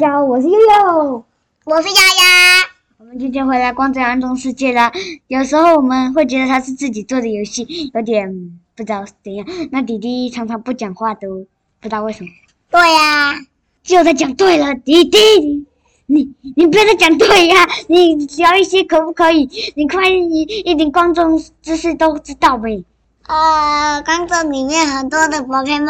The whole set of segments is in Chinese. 大家好，我是悠悠。我是丫丫，我们今天回来光泽安中世界啦。有时候我们会觉得它是自己做的游戏，有点不知道是怎样。那弟弟常常不讲话，都不知道为什么。对呀、只有他讲对了，弟弟，你你不要再讲对呀、你聊一些可不可以？你快一一点观众知识都知道呗。呃，刚这里面很多的宝可梦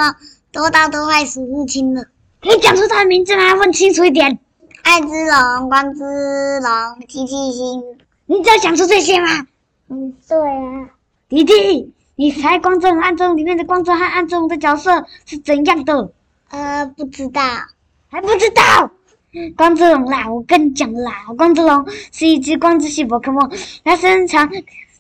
多到都快数不清了，可以讲出他的名字吗？问清楚一点。爱之龙、光之龙、机器星，你只要讲出这些吗？嗯，对啊，弟弟，你猜光正和暗中里面的光正和暗中的角色是怎样的？呃，不知道，还不知道？光之龙啦，我跟你讲啦，光之龙是一只光之系宝可梦，它身长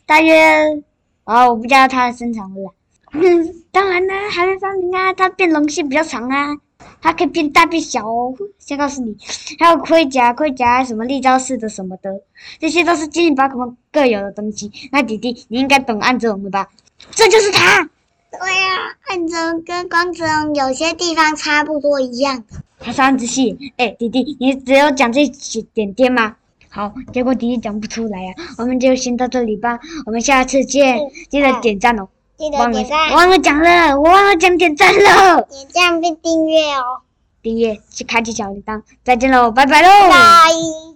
大约……哦，我不知道它的身长了啦。 嗯，当然啦，还没发明啊，它变龙系比较长啊，它可以变大变小哦。先告诉你，还有盔甲、盔甲什么力招式的什么的，这些都是精灵宝可梦各有的东西。那弟弟，你应该懂暗之龙了吧？这就是它。对呀、暗之龙跟光之龙有些地方差不多一样的，他三只戏，哎、弟弟，你只有讲这几点点吗？好，结果弟弟讲不出来呀、我们就先到这里吧，我们下次见嗯，记得点赞哦。记忘得了点赞、忘了讲了，我忘了讲点赞了。点赞并订阅哦，嗯订阅，去开启小铃铛，再见喽，拜拜喽。拜。